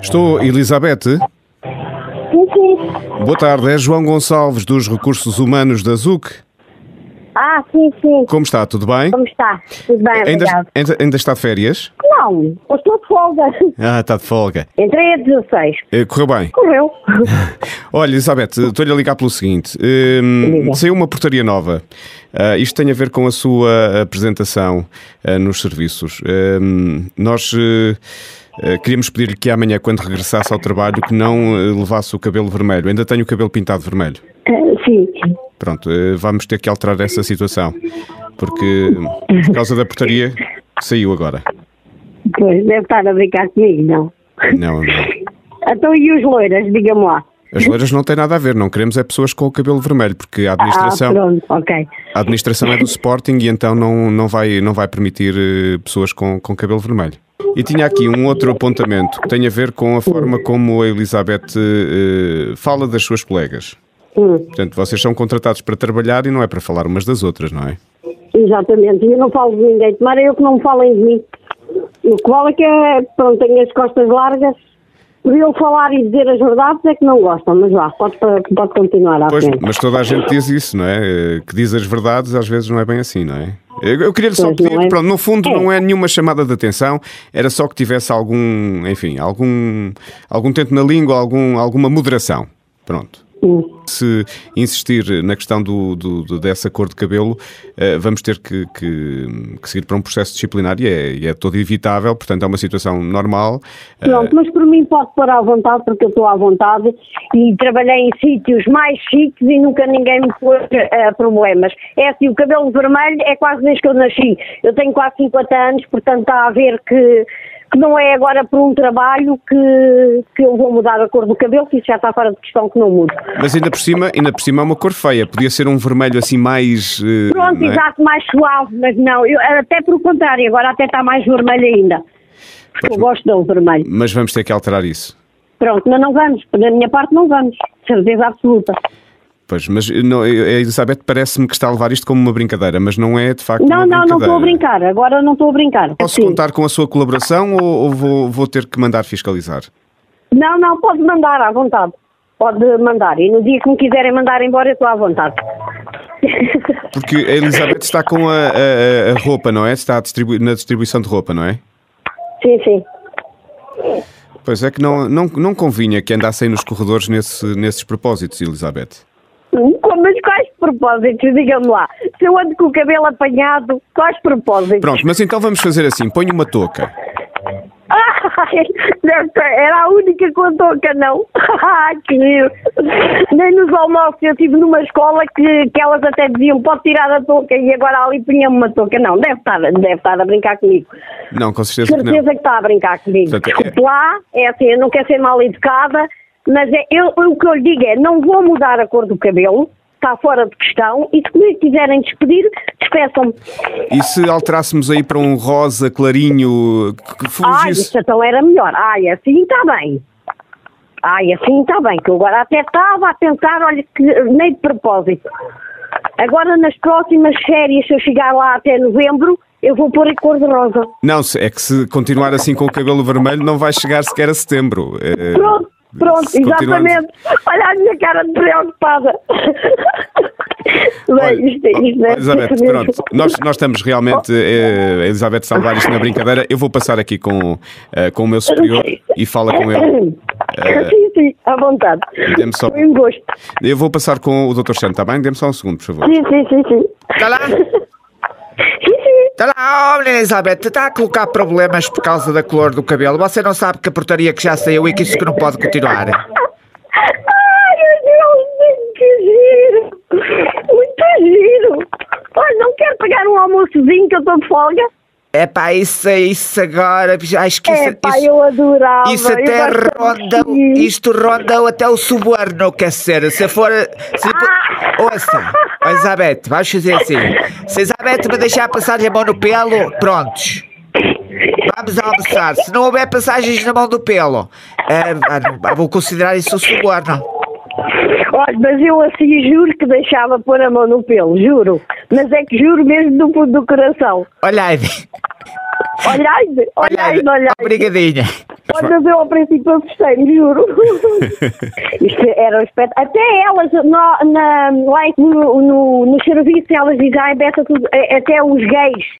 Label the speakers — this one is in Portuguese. Speaker 1: Estou, Elizabeth.
Speaker 2: Sim, sim.
Speaker 1: Boa tarde, é João Gonçalves dos Recursos Humanos da ZUC.
Speaker 2: Ah, sim, sim.
Speaker 1: Como está? Tudo bem?
Speaker 2: Como está? Tudo bem,
Speaker 1: Ainda,
Speaker 2: obrigado.
Speaker 1: ainda, ainda está de férias?
Speaker 2: Não, hoje estou de folga.
Speaker 1: Ah, está de folga.
Speaker 2: Entrei a 16.
Speaker 1: Eh, Correu bem.
Speaker 2: Correu.
Speaker 1: Olha, Elizabeth, estou-lhe a ligar pelo seguinte: Hum,
Speaker 2: Diga.
Speaker 1: saiu uma portaria nova. Ah, isto tem a ver com a sua apresentação ah, nos serviços. Hum, nós. eh, eh, Queríamos pedir-lhe que amanhã, quando regressasse ao trabalho, que não eh, levasse o cabelo vermelho. Ainda tenho o cabelo pintado vermelho.
Speaker 2: Ah, sim.
Speaker 1: Pronto, eh, vamos ter que alterar essa situação. Porque, por causa da portaria que saiu agora.
Speaker 2: Pois, deve estar a brincar comigo, não.
Speaker 1: Não, não.
Speaker 2: Então, e os loiras, diga-me lá.
Speaker 1: As loiras não têm nada a ver, não queremos é pessoas com o cabelo vermelho, porque a
Speaker 2: Ah,
Speaker 1: administração,
Speaker 2: pronto, ok.
Speaker 1: a administração é do Sporting e então não, não, vai, não vai permitir eh, pessoas com, com cabelo vermelho. E tinha aqui um outro apontamento que tem a ver com a forma como a Elizabeth eh, fala das suas colegas.
Speaker 2: Hum,
Speaker 1: Portanto, vocês são contratados para trabalhar e não é para falar umas das outras, não é?
Speaker 2: exatamente. Eu não falo de ninguém. Tomara eu que não me falem de mim. O que vale é que eh, pronto, tenho as costas largas. Por eu falar e dizer as verdades é que não gostam, mas vá, pode, pode continuar à
Speaker 1: Pois,
Speaker 2: frente.
Speaker 1: mas toda a gente diz isso, não é? Eh, Que diz as verdades, às vezes não é bem assim, não é? Eu eu queria-lhe só
Speaker 2: Pois não
Speaker 1: pedir,
Speaker 2: é.
Speaker 1: pronto, no fundo
Speaker 2: É.
Speaker 1: não é nenhuma chamada de atenção, era só que tivesse algum, enfim, algum, algum tento na língua, algum, alguma moderação. Pronto.
Speaker 2: Hum.
Speaker 1: Se insistir na questão do, do- do- dessa cor de cabelo, eh, vamos ter que, que- que seguir para um processo disciplinar e é, e é todo evitável, portanto é uma situação normal. Eh,
Speaker 2: Pronto, mas por mim pode pôr à vontade, porque eu estou à vontade e trabalhei em sítios mais chiques e nunca ninguém me pôs eh, problemas. É assim, o cabelo vermelho é quase desde que eu nasci. Eu tenho quase 50 anos, portanto está a ver que, que não é agora por um trabalho que, que eu vou mudar a cor do cabelo, que isso já está fora de questão que não mudo.
Speaker 1: Mas ainda por, cima, ainda por cima é uma cor feia, podia ser um vermelho assim mais. eh,
Speaker 2: Pronto,
Speaker 1: não é?
Speaker 2: exato, mais suave, mas não, eu, até pelo contrário, agora até está mais vermelho ainda. Porque eu gosto do vermelho.
Speaker 1: Mas vamos ter que alterar isso.
Speaker 2: Pronto, mas não vamos, da minha parte não vamos, certeza absoluta.
Speaker 1: Pois, mas eh, não, eh, a Elizabeth parece-me que está a levar isto como uma brincadeira, mas não é de facto
Speaker 2: Não,
Speaker 1: uma
Speaker 2: não, não
Speaker 1: brincadeira.
Speaker 2: estou a brincar. Agora não estou a brincar.
Speaker 1: Posso
Speaker 2: Sim.
Speaker 1: contar com a sua colaboração ou, ou vou, vou ter que mandar fiscalizar?
Speaker 2: Não, não, pode mandar à vontade. Pode mandar. E no dia que me quiserem mandar embora, eu estou à vontade.
Speaker 1: Porque a Elizabeth está com a, a- a- a roupa, não é? Está a distribu- na distribuição de roupa, não é?
Speaker 2: sim, sim.
Speaker 1: Pois é que não, não, não convinha que andassem nos corredores nesse- nesses propósitos, Elizabeth.
Speaker 2: Como- Mas quais propósitos? Diga-me lá. Se eu ando com o cabelo apanhado, quais propósitos?
Speaker 1: Pronto, mas então vamos fazer assim: ponho uma touca.
Speaker 2: Ai, deve ser- era a única com a touca, não? Ai, que giro. Nem nos almoços eu estive numa escola que, que elas até diziam pode tirar a touca e agora ali punha-me uma touca. Não, deve estar, deve estar a brincar comigo.
Speaker 1: Não, com certeza que não.
Speaker 2: certeza que está a brincar comigo.
Speaker 1: Portanto, é-
Speaker 2: Desculpe lá, é assim, eu não quero ser mal educada, mas é, eu, eu- o que eu lhe digo é, não vou mudar a cor do cabelo, está fora de questão, e se me quiserem despedir, despeçam-me.
Speaker 1: E se alterássemos aí para um rosa clarinho que- que
Speaker 2: Ai,
Speaker 1: fugisse?
Speaker 2: isso então era melhor. Ai, assim está bem. Ai, assim está bem, que eu agora até estava a pensar, olha, que nem de propósito. Agora nas próximas férias, se eu chegar lá até novembro, eu vou pôr a cor de rosa.
Speaker 1: Não, se- é que se continuar assim com o cabelo vermelho não vai chegar sequer a setembro. Eh,
Speaker 2: Pronto, pronto,
Speaker 1: se continuarmos-
Speaker 2: exatamente. Olha a minha cara de preocupada.
Speaker 1: Olha,
Speaker 2: Bem, isto, é- isto
Speaker 1: oh,
Speaker 2: é-
Speaker 1: Elizabeth, pronto, nós, nós estamos realmente, eh, a Elizabeth salvar isto na brincadeira. Eu vou passar aqui com, eh, com o meu superior e fala com ele.
Speaker 2: Sim, sim, à vontade.
Speaker 1: dê-me só-
Speaker 2: Foi um gosto.
Speaker 1: Eu vou passar com o Dr. Santo, está bem? Dê-me só um segundo, por favor.
Speaker 2: Sim, sim, sim, sim.
Speaker 3: Está Tá lá?
Speaker 2: Sim, sim.
Speaker 3: Está Tá lá? Olha, Elizabeth, está a colocar problemas por causa da cor do cabelo. Você não sabe que a portaria que já saiu e que isso que não pode continuar.
Speaker 2: Ai, meu Deus, que giro. Muito giro. Olha, não quero pagar um almoçozinho que eu estou de folga.
Speaker 3: É pá, isso, isso agora. Acho que isso.
Speaker 2: É, pá,
Speaker 3: isso...
Speaker 2: eu adorava.
Speaker 3: Isso
Speaker 2: eu
Speaker 3: até
Speaker 2: gosto
Speaker 3: ronda,
Speaker 2: tanto disso.
Speaker 3: isto ronda até o suborno, quer dizer, se for... Se,
Speaker 2: Ah!
Speaker 3: Ouça, ó Elizabeth, vamos fazer assim, se Elizabeth me deixar passagem a mão no pelo, prontos, vamos almoçar, se não houver passagens na mão do pelo, eh, ah, não, vou considerar isso o suborno.
Speaker 2: Olha, mas eu assim juro que deixava pôr a mão no pelo, juro. Mas é que juro mesmo do fundo do coração.
Speaker 3: Olhai-me,
Speaker 2: Olhai-me, olhai-me, olhai-me.
Speaker 3: obrigadinha.
Speaker 2: Olha, mas eu ao um princípio assustei-me, juro. Isto era um espetáculo. Até elas, no, na, lá em- no, no, no serviço, elas dizem, ai, Beta, tu- é, até os gays